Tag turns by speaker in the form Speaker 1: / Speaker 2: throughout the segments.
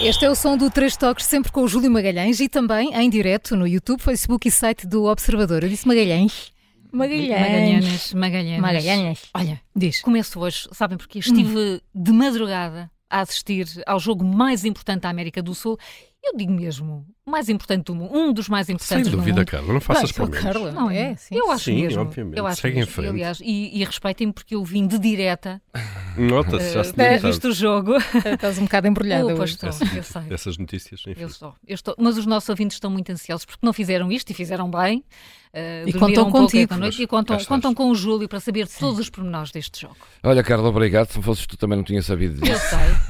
Speaker 1: Este é o som do Três Toques, sempre com o Júlio Magalhães e também em direto no YouTube, Facebook e site do Observador. Eu disse Magalhães.
Speaker 2: Magalhães.
Speaker 3: Magalhães. Magalhães.
Speaker 2: É, Magalhães.
Speaker 3: Olha,
Speaker 2: Diz.
Speaker 3: começo hoje, sabem porque estive de madrugada a assistir ao jogo mais importante da América do Sul. Eu digo mesmo, mais importante do mundo, um dos mais
Speaker 4: Sem
Speaker 3: importantes do
Speaker 4: dúvida,
Speaker 3: mundo.
Speaker 4: Carla, não faças
Speaker 2: Vai,
Speaker 4: problemas.
Speaker 2: Carla,
Speaker 3: Não é?
Speaker 2: Sim.
Speaker 3: Eu acho
Speaker 4: Sim,
Speaker 3: mesmo.
Speaker 4: obviamente.
Speaker 3: Eu acho
Speaker 4: Segue em
Speaker 3: mesmo.
Speaker 4: frente.
Speaker 3: Aliás, e, e respeitem-me porque eu vim de direta,
Speaker 4: Nota-se, já se tinha
Speaker 3: eh,
Speaker 4: notado.
Speaker 3: visto o jogo.
Speaker 2: Estás um bocado embrulhada
Speaker 3: Opa,
Speaker 2: hoje.
Speaker 3: estou, eu sei.
Speaker 4: Essas notícias, enfim.
Speaker 3: Eu estou, eu estou. Mas os nossos ouvintes estão muito ansiosos porque não fizeram isto e fizeram bem. eh,
Speaker 2: E
Speaker 3: dormiram
Speaker 2: contam
Speaker 3: um pouco esta
Speaker 2: contigo.
Speaker 3: Noite, e
Speaker 4: Pois,
Speaker 3: contam,
Speaker 4: cá estás.
Speaker 3: contam com o Júlio para saber todos os pormenores deste jogo.
Speaker 5: Olha, Carla, obrigado. Se fosses tu também não tinha sabido
Speaker 3: Eu
Speaker 5: disso.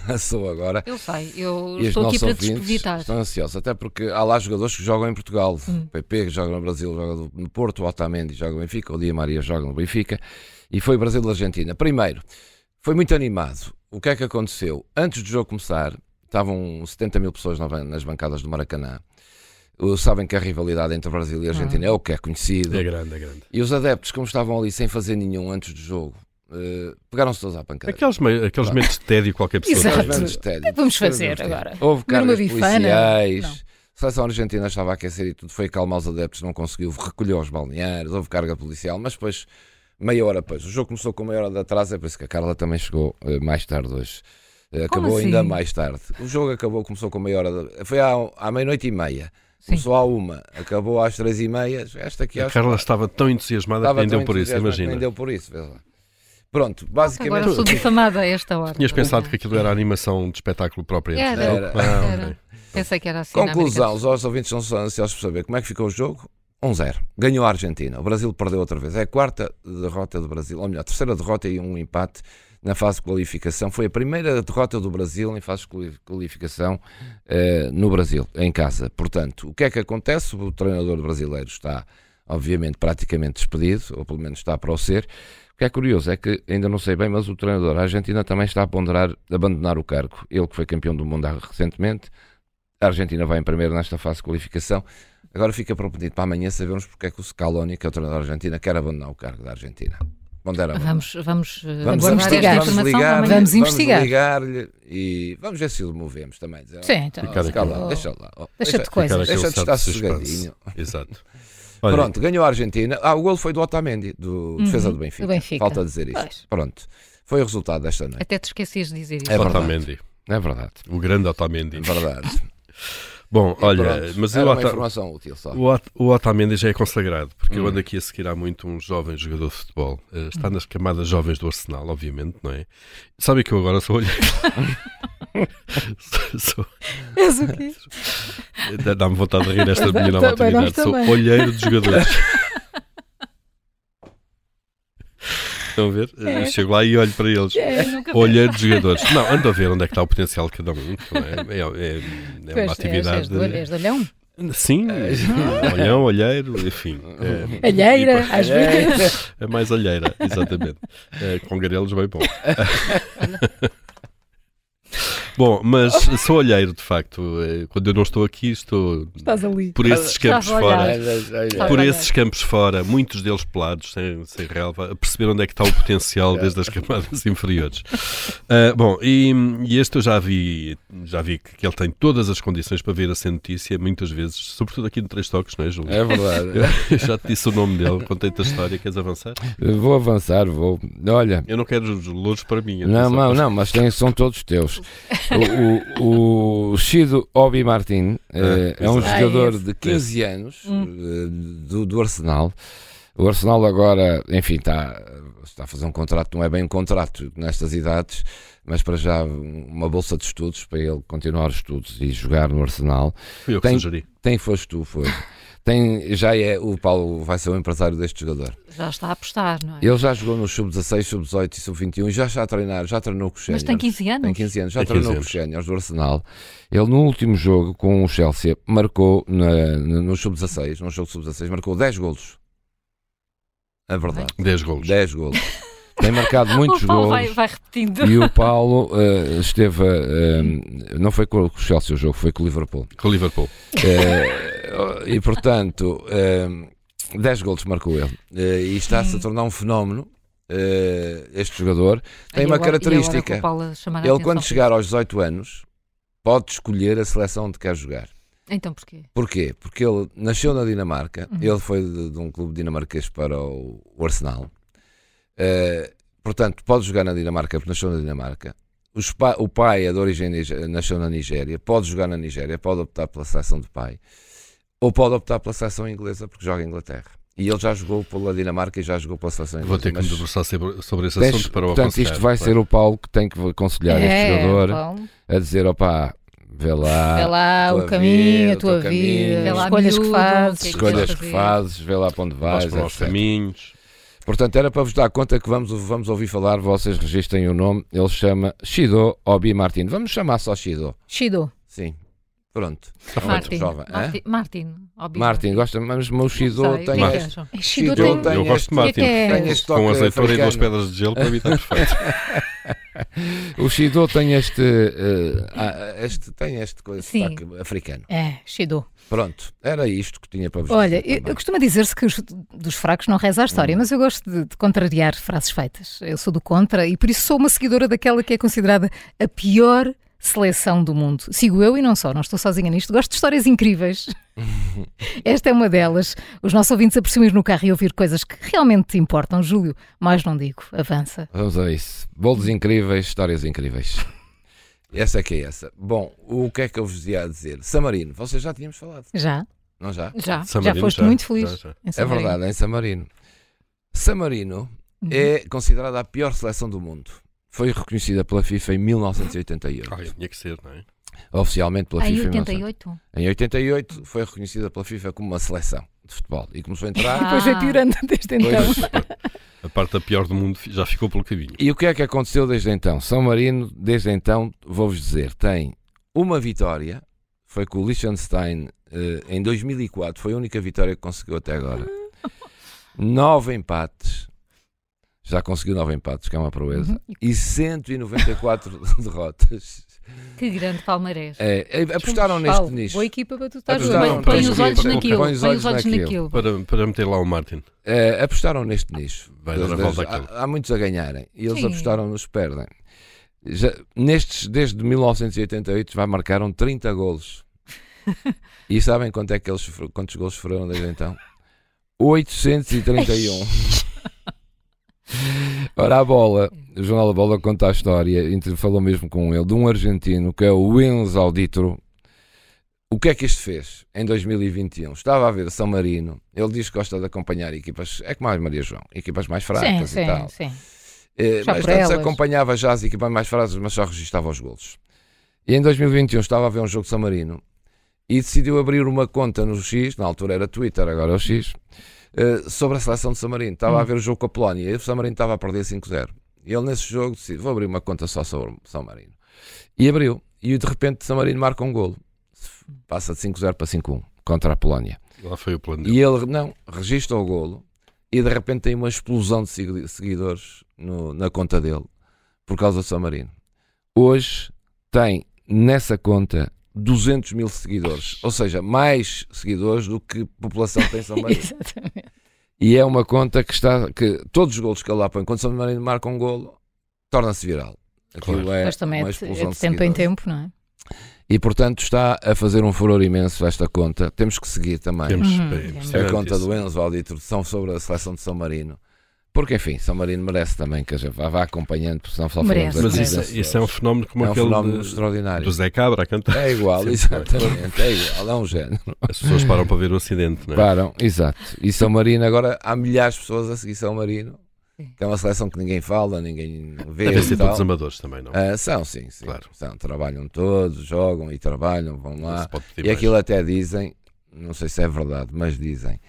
Speaker 3: sei.
Speaker 5: Sou agora.
Speaker 3: Eu sei, eu
Speaker 5: E os
Speaker 3: estou aqui
Speaker 5: nossos
Speaker 3: para
Speaker 5: ouvintes
Speaker 3: despovitar.
Speaker 5: estão ansiosos, até porque há lá jogadores que jogam em Portugal.
Speaker 3: Hum.
Speaker 5: O PP que joga no Brasil, joga no Porto, o Otamendi joga no Benfica, o Dia Maria joga no Benfica. E foi Brasil-Argentina. Primeiro, foi muito animado. O que é que aconteceu? Antes do jogo começar, estavam 70 mil pessoas na ban- nas bancadas do Maracanã. Uh, Sabem que a rivalidade entre Brasil e Argentina
Speaker 3: Ah.
Speaker 5: é o que é conhecido.
Speaker 4: É grande, é grande.
Speaker 5: E os adeptos, como estavam ali sem fazer nenhum antes do jogo, eh, pegaram-se todos à pancada.
Speaker 4: Aqueles, me- aqueles momentos de tédio que qualquer pessoa é?
Speaker 2: Exato.
Speaker 5: Aqueles
Speaker 4: tem.
Speaker 5: momentos de tédio.
Speaker 2: que vamos fazer
Speaker 5: Aqueles momentos de
Speaker 2: agora?
Speaker 5: tédio. Houve
Speaker 2: Comer uma
Speaker 5: cargas
Speaker 2: bifana?
Speaker 5: policiais.
Speaker 2: Não.
Speaker 5: A seleção argentina estava a aquecer e tudo foi acalmar os adeptos, não conseguiu, recolheu os balneários, houve carga policial, mas depois, meia hora depois, o jogo começou com meia hora de atraso, é por isso que a Carla também chegou eh, mais tarde hoje. Eh,
Speaker 3: Como
Speaker 5: Acabou
Speaker 3: assim?
Speaker 5: ainda mais tarde. O jogo acabou, começou com meia hora. de- Foi à, à meia-noite e meia. Começou à uma, acabou às três e meia. Esta aqui
Speaker 4: A
Speaker 5: às
Speaker 4: Carla estava tão entusiasmada que
Speaker 5: Estava
Speaker 4: nem deu
Speaker 5: tão
Speaker 4: por isso,
Speaker 5: entusiasmado que
Speaker 4: imagina.
Speaker 5: Nem deu por isso, vê lá. Pronto,
Speaker 3: Agora
Speaker 5: basicamente.
Speaker 3: sou difamada a esta hora.
Speaker 4: Tinhas pensado que aquilo era animação de espetáculo próprio.
Speaker 3: Era.
Speaker 5: Era.
Speaker 4: Ah,
Speaker 3: Era.
Speaker 4: ok.
Speaker 3: Pensei que era assim. na
Speaker 5: Conclusão,
Speaker 3: América
Speaker 5: os nossos ouvintes não são ansiosos por saber como é que ficou o jogo. 1-0. Ganhou a Argentina. O Brasil perdeu outra vez. É a quarta derrota do Brasil, ou melhor, a terceira derrota e um empate na fase de qualificação. Foi a primeira derrota do Brasil em fase de quali- qualificação eh, no Brasil, em casa. Portanto, o que é que acontece? O treinador brasileiro está, obviamente, praticamente despedido, ou pelo menos está para o ser. O que é curioso é que, ainda não sei bem, mas o treinador da Argentina também está a ponderar abandonar o cargo. Ele que foi campeão do mundo há- recentemente, a Argentina vai em primeiro nesta fase de qualificação. Agora fica prometido para amanhã sabermos porque é que o Scaloni, que é o treinador da Argentina, quer abandonar o cargo da Argentina. Pondera
Speaker 3: do Sul.
Speaker 5: bem.
Speaker 3: Vamos, vamos, eh,
Speaker 5: Vamos
Speaker 3: guardar
Speaker 2: investigar.
Speaker 3: esta informação
Speaker 5: Vamos
Speaker 3: para
Speaker 5: ligar,
Speaker 3: amanhã.
Speaker 2: Vamos investigar.
Speaker 5: ligar-lhe e vamos ver se o movemos também. Dizer,
Speaker 2: Sim, então.
Speaker 5: "Oh, Scaloni,
Speaker 2: aqui.
Speaker 5: deixa lá. oh,
Speaker 2: Deixa de coisas.
Speaker 4: Ficar aquele
Speaker 5: Deixa de
Speaker 4: certo
Speaker 5: estar
Speaker 4: suspense.
Speaker 5: sossegadinho.
Speaker 4: Exato. Olha,
Speaker 5: Pronto, ganhou a Argentina. Ah, o gol foi do Otamendi, do defesa do Benfica.
Speaker 2: Uhum, do Benfica.
Speaker 5: Falta dizer isto.
Speaker 2: Pois.
Speaker 5: Pronto. Foi o resultado desta noite.
Speaker 3: Até te esquecias de dizer isto.
Speaker 5: É verdade.
Speaker 4: Otamendi.
Speaker 5: É verdade.
Speaker 4: O grande Otamendi.
Speaker 5: É verdade.
Speaker 4: Bom, olha,
Speaker 5: Pronto.
Speaker 4: mas
Speaker 5: Era
Speaker 4: o,
Speaker 5: uma
Speaker 4: Ota...
Speaker 5: informação útil só.
Speaker 4: o, Ot- o Otamendi já é consagrado, porque eu ando aqui a seguir há muito um jovem jogador de futebol. Eh, está nas camadas jovens do Arsenal, obviamente, não é? Sabe que eu agora sou olheiro. sou...
Speaker 2: És o quê?
Speaker 4: Dá- Dá-me vontade de rir esta menina
Speaker 2: Também,
Speaker 4: oportunidade.
Speaker 2: nós
Speaker 4: Sou
Speaker 2: também.
Speaker 4: olheiro de jogadores. Estão a ver?
Speaker 2: É.
Speaker 4: Eu chego lá e olho para eles. Olheiro de jogadores. Não, ando a ver onde é que está o potencial de cada um. não É, É- é- é uma
Speaker 2: Pois, és- és
Speaker 4: atividade.
Speaker 2: do- És de olhão?
Speaker 4: Sim, olhão, olheiro, enfim. É,
Speaker 2: Alheira, às vezes.
Speaker 4: é mais alheira, exatamente. É, com garelos, bem bom. bom, mas sou olheiro, de facto. É, Quando eu não estou aqui, estou
Speaker 2: Estás ali.
Speaker 4: por esses
Speaker 3: Estás
Speaker 4: campos
Speaker 3: a olhar.
Speaker 5: É
Speaker 4: fora.
Speaker 3: Ah,
Speaker 4: Por
Speaker 3: olha.
Speaker 4: esses campos fora, muitos deles pelados, sem, sem relva, a perceber onde é que está o potencial desde as camadas inferiores. Ah, bom, e, e este eu já vi, já vi que que ele tem todas as condições para vir a ser notícia, muitas vezes, sobretudo aqui no Três Toques, não é, Júlio?
Speaker 5: É verdade.
Speaker 4: Eu já te disse o nome dele, contei-te a história, queres avançar?
Speaker 5: Vou avançar, vou. Olha,
Speaker 4: Eu não quero os louros para mim.
Speaker 5: Não,
Speaker 4: atenção.
Speaker 5: não, não, mas tem- são todos teus. O, o, o Chido Obi Martin eh,
Speaker 4: Ah,
Speaker 5: é um
Speaker 4: exato.
Speaker 2: Ah,
Speaker 5: jogador
Speaker 2: esse.
Speaker 5: de 15 anos
Speaker 3: Hum.
Speaker 5: eh, do, do Arsenal. O Arsenal agora, enfim, está, está a fazer um contrato, não é bem um contrato nestas idades, mas para já uma bolsa de estudos para ele continuar os estudos e jogar no Arsenal.
Speaker 4: Fui eu que
Speaker 5: Tem-
Speaker 4: sugeri.
Speaker 5: Tem foste tu, foi. Tem, já é, o Paulo vai ser o empresário deste jogador.
Speaker 3: Já está a apostar, não é?
Speaker 5: Ele já jogou no sub-16, sub-18 e sub-21 e já está a treinar, já treinou com os
Speaker 3: Mas
Speaker 5: séniores.
Speaker 3: tem 15 anos.
Speaker 5: Tem 15 anos, já
Speaker 4: Tem 15
Speaker 5: treinou com os séniores do Arsenal. Ele no último jogo com o Chelsea marcou na- na- no sub-16, no jogo sub-16, marcou 10 golos. É verdade,
Speaker 4: 10 golos.
Speaker 5: 10 golos. Tem marcado muitos
Speaker 3: o Oh, Paulo
Speaker 5: golos.
Speaker 3: vai, vai repetindo.
Speaker 5: E o Paulo eh, esteve. eh, não foi com o Chelsea o jogo, foi com o Liverpool.
Speaker 4: Com o Liverpool.
Speaker 5: Eh, e portanto, eh, 10 gols marcou ele. Eh, e está-se a tornar um fenómeno. eh, este jogador tem
Speaker 3: E
Speaker 5: uma
Speaker 3: agora- e agora
Speaker 5: característica.
Speaker 3: com o Paulo a chamar a
Speaker 5: Ele,
Speaker 3: atenção.
Speaker 5: quando chegar aos 18 anos, pode escolher a seleção onde quer jogar.
Speaker 3: Então porquê?
Speaker 5: Porquê? Porque ele nasceu na Dinamarca,
Speaker 3: Uhum.
Speaker 5: ele foi de, de um clube dinamarquês para o, o Arsenal. Eh, portanto, pode jogar na Dinamarca porque nasceu na Dinamarca. Os pa- o pai é de origem nige- nasceu na Nigéria, pode jogar na Nigéria, pode optar pela seleção do pai, ou pode optar pela seleção inglesa porque joga em Inglaterra. E ele já jogou pela Dinamarca e já jogou pela seleção inglesa.
Speaker 4: Vou ter que me
Speaker 5: mas
Speaker 4: debruçar sobre sobre esse
Speaker 5: deixo-
Speaker 4: assunto para o
Speaker 5: Portanto, isto
Speaker 4: aconselhar,
Speaker 5: vai
Speaker 4: claro.
Speaker 5: ser o Paulo que tem que aconselhar este
Speaker 2: É,
Speaker 5: jogador
Speaker 2: Paulo.
Speaker 5: a dizer: opá, vê lá,
Speaker 2: Vê é lá
Speaker 5: tua
Speaker 2: o caminho,
Speaker 5: vida,
Speaker 2: a tua
Speaker 5: o teu caminho.
Speaker 2: vida,
Speaker 5: Vê
Speaker 2: as
Speaker 5: lá
Speaker 2: escolhas que
Speaker 3: miúdo,
Speaker 2: fazes.
Speaker 3: o que é
Speaker 5: É. escolhas
Speaker 3: queres
Speaker 5: que
Speaker 3: fazer.
Speaker 5: fazes, vê lá para onde
Speaker 4: Vais
Speaker 5: vais.
Speaker 4: para os
Speaker 5: etc.
Speaker 4: caminhos.
Speaker 5: Portanto, era para vos dar conta que vamos, vamos ouvir falar, vocês registrem o nome, ele chama Shido Obi Martino. Vamos chamar só Shido.
Speaker 2: Shido.
Speaker 5: Sim. Pronto.
Speaker 3: Martin.
Speaker 5: É um jovem, hã?
Speaker 3: Martin, Martin, óbvio.
Speaker 5: Martin, gosta, mas o Shido
Speaker 3: Não sei, o que
Speaker 5: tem.
Speaker 3: é que
Speaker 4: Mas-
Speaker 5: este-
Speaker 3: acham?
Speaker 2: Shido
Speaker 5: Shido
Speaker 2: tem.
Speaker 4: Eu, eu
Speaker 5: tem
Speaker 4: gosto de
Speaker 2: este-
Speaker 4: Martin.
Speaker 2: que é que é?
Speaker 5: tem este
Speaker 4: Com
Speaker 5: toque
Speaker 4: azeitona e duas
Speaker 5: africano.
Speaker 4: pedras de gelo para mim está perfeito.
Speaker 5: O Shido tem este, eh, ah, este tem este coisa
Speaker 3: Sim.
Speaker 5: sotaque africano.
Speaker 2: É, Shido.
Speaker 5: Pronto, era isto que tinha para vos
Speaker 2: Olha,
Speaker 5: dizer.
Speaker 2: eu, eu
Speaker 5: também. Hum.
Speaker 2: costuma dizer-se que os, dos fracos não reza a história, mas eu gosto de, de contrariar frases feitas. Eu sou do contra e por isso sou uma seguidora daquela que é considerada a pior seleção do mundo. Sigo eu e não só, não estou sozinha nisto. Gosto de histórias incríveis. Esta é uma delas. Os nossos ouvintes apreciam ir no carro e ouvir coisas que realmente te importam. Júlio, mais não digo, avança.
Speaker 5: Vamos a isso. Bolos incríveis, histórias incríveis. Essa é que é essa. Bom, o que é que eu vos ia dizer? Samarino, vocês já tínhamos falado,
Speaker 2: Já,
Speaker 5: não um já?
Speaker 3: Já.
Speaker 4: Samarino,
Speaker 2: foste muito feliz.
Speaker 4: já, já.
Speaker 2: em
Speaker 5: É
Speaker 2: São Marino.
Speaker 5: verdade, em Samarino. Samarino
Speaker 2: Uhum.
Speaker 5: é considerada a pior seleção do mundo. Foi reconhecida pela FIFA em 1988.
Speaker 4: Ai, tinha que ser, não é?
Speaker 5: Oficialmente pela
Speaker 3: Em
Speaker 5: FIFA.
Speaker 3: 88?
Speaker 5: Em 88 foi reconhecida pela FIFA como uma seleção de futebol e começou a
Speaker 2: E
Speaker 5: entrar.
Speaker 2: depois
Speaker 3: Ah.
Speaker 2: vai piorando desde então.
Speaker 5: Pois,
Speaker 4: A parte da pior do mundo já ficou pelo caminho.
Speaker 5: E o que é que aconteceu desde então? São Marino, desde então, vou-vos dizer, tem uma vitória, foi com o Liechtenstein eh, em 2004, foi a única vitória que conseguiu até agora. Nove empates, já conseguiu nove empates, que é uma proeza,
Speaker 2: Uhum.
Speaker 5: e 194 derrotas.
Speaker 3: Que grande palmarés.
Speaker 5: É, é, apostaram neste
Speaker 2: Paulo,
Speaker 5: nisto.
Speaker 2: Boa equipa para tu estar
Speaker 5: Mas
Speaker 2: junto.
Speaker 5: não,
Speaker 3: Põe,
Speaker 5: para
Speaker 3: põe os
Speaker 5: escolher,
Speaker 3: olhos
Speaker 4: para-
Speaker 3: naquilo.
Speaker 5: põe os olhos naquilo.
Speaker 3: naquilo.
Speaker 4: Para, para meter lá o Martin.
Speaker 5: Eh, apostaram neste nicho.
Speaker 4: Vai dar a
Speaker 5: Das-
Speaker 4: volta
Speaker 5: das-
Speaker 4: àquilo.
Speaker 5: há, há muitos a ganharem. E eles
Speaker 3: Sim.
Speaker 5: apostaram nos perdem. Já- nestes, desde 1988, já marcaram 30 golos. e sabem quanto é que eles, sofre- quantos golos foram desde então? 831. Ora, a bola, o Jornal da Bola conta a história, entre- falou mesmo com ele, de um argentino que é o Wins Auditro, o que é que isto fez em 2021? Estava a ver São Marino, ele diz que gosta de acompanhar equipas, é como a Maria João, equipas mais
Speaker 2: Sim,
Speaker 5: fracas e
Speaker 2: sim,
Speaker 5: tal.
Speaker 2: sim.
Speaker 5: Eh,
Speaker 2: Já
Speaker 5: Mas
Speaker 2: por
Speaker 5: antes
Speaker 2: elas.
Speaker 5: acompanhava já as equipas mais fracas, mas só registava os golos. E em 2021 estava a ver um jogo de São Marino e decidiu abrir uma conta no X, na altura era Twitter, agora é o X, eh, sobre a seleção de São Marino. Estava a ver o jogo com a Polónia e o São Marino estava a perder 5-0. E ele nesse jogo decidiu, vou abrir uma conta só sobre o São Marino. E abriu. E de repente São Marino marca um golo. Passa de 5-0 para 5-1 contra a Polónia.
Speaker 4: Lá foi o plano dele.
Speaker 5: E ele não registra o golo e de repente tem uma explosão de segui- seguidores no- na conta dele por causa do São Marino. Hoje tem nessa conta 200 mil seguidores, ou seja, mais seguidores do que população tem São Marino.
Speaker 2: Exatamente.
Speaker 5: e é uma conta que está que todos os golos que ele lá põe, quando São Marino marca um golo, torna-se viral. Aquilo é
Speaker 2: Mas também
Speaker 5: uma
Speaker 2: é de, é
Speaker 5: explosão
Speaker 2: de
Speaker 5: de
Speaker 2: tempo em
Speaker 5: seguidores.
Speaker 2: tempo, não é?
Speaker 5: E portanto está a fazer um furor imenso esta conta. Temos que seguir também.
Speaker 4: Temos
Speaker 2: Uhum.
Speaker 4: bem,
Speaker 2: A
Speaker 5: É a
Speaker 4: impressionante
Speaker 5: conta
Speaker 4: isso.
Speaker 5: do Enzo Audito são sobre a seleção de São Marino. Porque, enfim, São Marino merece também que a gente vá, vá acompanhando, porque senão só
Speaker 2: Merece,
Speaker 5: falamos
Speaker 4: Mas
Speaker 5: aqui
Speaker 4: isso,
Speaker 5: desse-
Speaker 4: isso é um fenómeno como
Speaker 5: é um
Speaker 4: aquele
Speaker 5: fenómeno
Speaker 4: de-
Speaker 5: extraordinário.
Speaker 4: do Zé Cabra a cantar.
Speaker 5: É igual,
Speaker 4: Sempre
Speaker 5: exatamente, é igual, é um género.
Speaker 4: As pessoas param para ver o acidente, não é?
Speaker 5: Param, exato. E São Marino, agora há milhares de pessoas a seguir São Marino, que é uma seleção que ninguém fala, ninguém vê.
Speaker 4: Devem
Speaker 5: e
Speaker 4: ser
Speaker 5: tal.
Speaker 4: todos amadores também, não?
Speaker 5: Ah, são, sim, sim.
Speaker 4: tipo Claro.
Speaker 5: São, trabalham todos, jogam e trabalham, vão
Speaker 4: Não
Speaker 5: lá.
Speaker 4: se pode pedir
Speaker 5: E
Speaker 4: mais.
Speaker 5: aquilo até dizem, não sei se é verdade, mas dizem,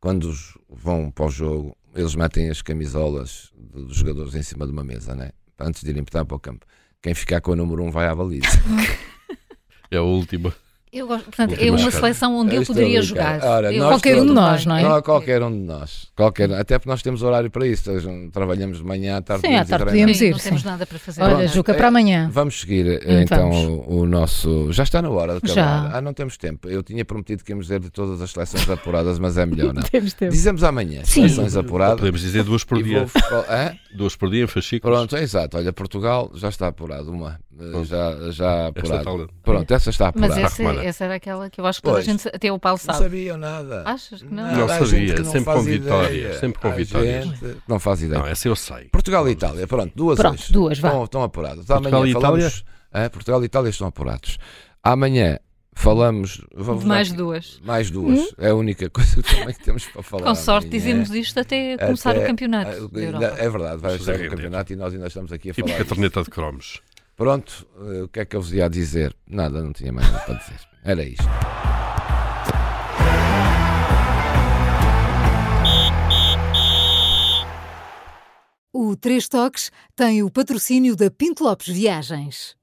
Speaker 5: quando os- vão para o jogo, eles metem as camisolas do- dos jogadores em cima de uma mesa, né? Antes de irem botar para o campo. Quem ficar com a número 1 um vai à baliza.
Speaker 4: É a última.
Speaker 3: Eu gosto, portanto,
Speaker 4: Última
Speaker 3: é uma
Speaker 4: escada.
Speaker 3: seleção onde eu
Speaker 5: Estou a
Speaker 3: poderia
Speaker 5: brincar.
Speaker 3: jogar.
Speaker 5: Ora,
Speaker 3: Eu-
Speaker 5: nós
Speaker 2: Qualquer um de nós, não é?
Speaker 5: Não, qualquer um de nós. Qualquer, até porque nós temos horário para isso. nós não Trabalhamos de manhã, à tarde,
Speaker 2: Sim,
Speaker 5: podemos
Speaker 2: à tarde
Speaker 5: ir
Speaker 2: podemos
Speaker 5: treinar.
Speaker 3: Sim,
Speaker 2: ir,
Speaker 3: não
Speaker 2: sim.
Speaker 3: temos nada para fazer.
Speaker 2: Olha,
Speaker 5: Pronto. é
Speaker 2: Juca, para amanhã.
Speaker 5: Vamos seguir
Speaker 2: Hum,
Speaker 5: então
Speaker 2: vamos.
Speaker 5: O, o nosso. Já está na hora de acabar.
Speaker 2: Já.
Speaker 5: Ah, não temos tempo. Eu tinha prometido que íamos dizer de todas as seleções apuradas, mas é melhor não.
Speaker 2: Temos tempo.
Speaker 5: Dizemos amanhã,
Speaker 2: Sim.
Speaker 5: seleções apuradas.
Speaker 4: Podemos dizer duas por
Speaker 5: E
Speaker 4: dia.
Speaker 5: vou focar- Hã?
Speaker 4: Duas por dia em fascículos.
Speaker 5: Pronto, é exato. Olha, Portugal já está apurado. Uma. Eh,
Speaker 4: Pronto.
Speaker 5: Já, já
Speaker 4: Esta
Speaker 5: apurada.
Speaker 4: tal- é-
Speaker 5: Pronto, essa está apurada.
Speaker 3: Mas
Speaker 4: Para a
Speaker 3: essa,
Speaker 4: semana.
Speaker 3: essa era aquela que eu acho que toda a
Speaker 5: Pois. é
Speaker 3: gente, até o Paulo
Speaker 5: Não
Speaker 3: sabe.
Speaker 5: sabiam nada.
Speaker 3: Achas que não?
Speaker 4: Não
Speaker 5: Há gente
Speaker 4: sabia,
Speaker 5: que
Speaker 4: sempre
Speaker 5: faz
Speaker 4: com vitórias,
Speaker 5: ideia.
Speaker 4: sempre com
Speaker 5: Há
Speaker 4: vitórias.
Speaker 5: gente que Não é. faz ideia.
Speaker 4: Não, essa eu sei.
Speaker 5: Portugal e Itália, pronto, duas
Speaker 2: Pronto,
Speaker 5: hoje.
Speaker 2: duas, vá.
Speaker 5: Estão, estão apurados.
Speaker 4: Portugal
Speaker 5: Amanhã
Speaker 4: e Itália?
Speaker 5: falamos- Hã? Portugal e Itália estão apurados. Amanhã falamos. vamos
Speaker 3: De mais
Speaker 5: dar-
Speaker 3: duas. Hum?
Speaker 5: Mais duas. É a única coisa que também temos para falar.
Speaker 3: Com sorte
Speaker 5: amanhã.
Speaker 3: dizemos isto até começar
Speaker 5: Até-
Speaker 3: o campeonato
Speaker 5: Ah,
Speaker 3: da
Speaker 5: ainda-
Speaker 3: Europa.
Speaker 5: É verdade, vai
Speaker 4: Vamos
Speaker 5: estar
Speaker 4: render.
Speaker 5: o campeonato e nós ainda estamos aqui a
Speaker 4: Tipo
Speaker 5: falar. disto.
Speaker 4: caderneta de cromos.
Speaker 5: Pronto, eh, o que é que eu vos ia dizer? Nada, não tinha mais nada para dizer. Era isto.
Speaker 1: O Três Toques tem o patrocínio da Pinto Lopes Viagens.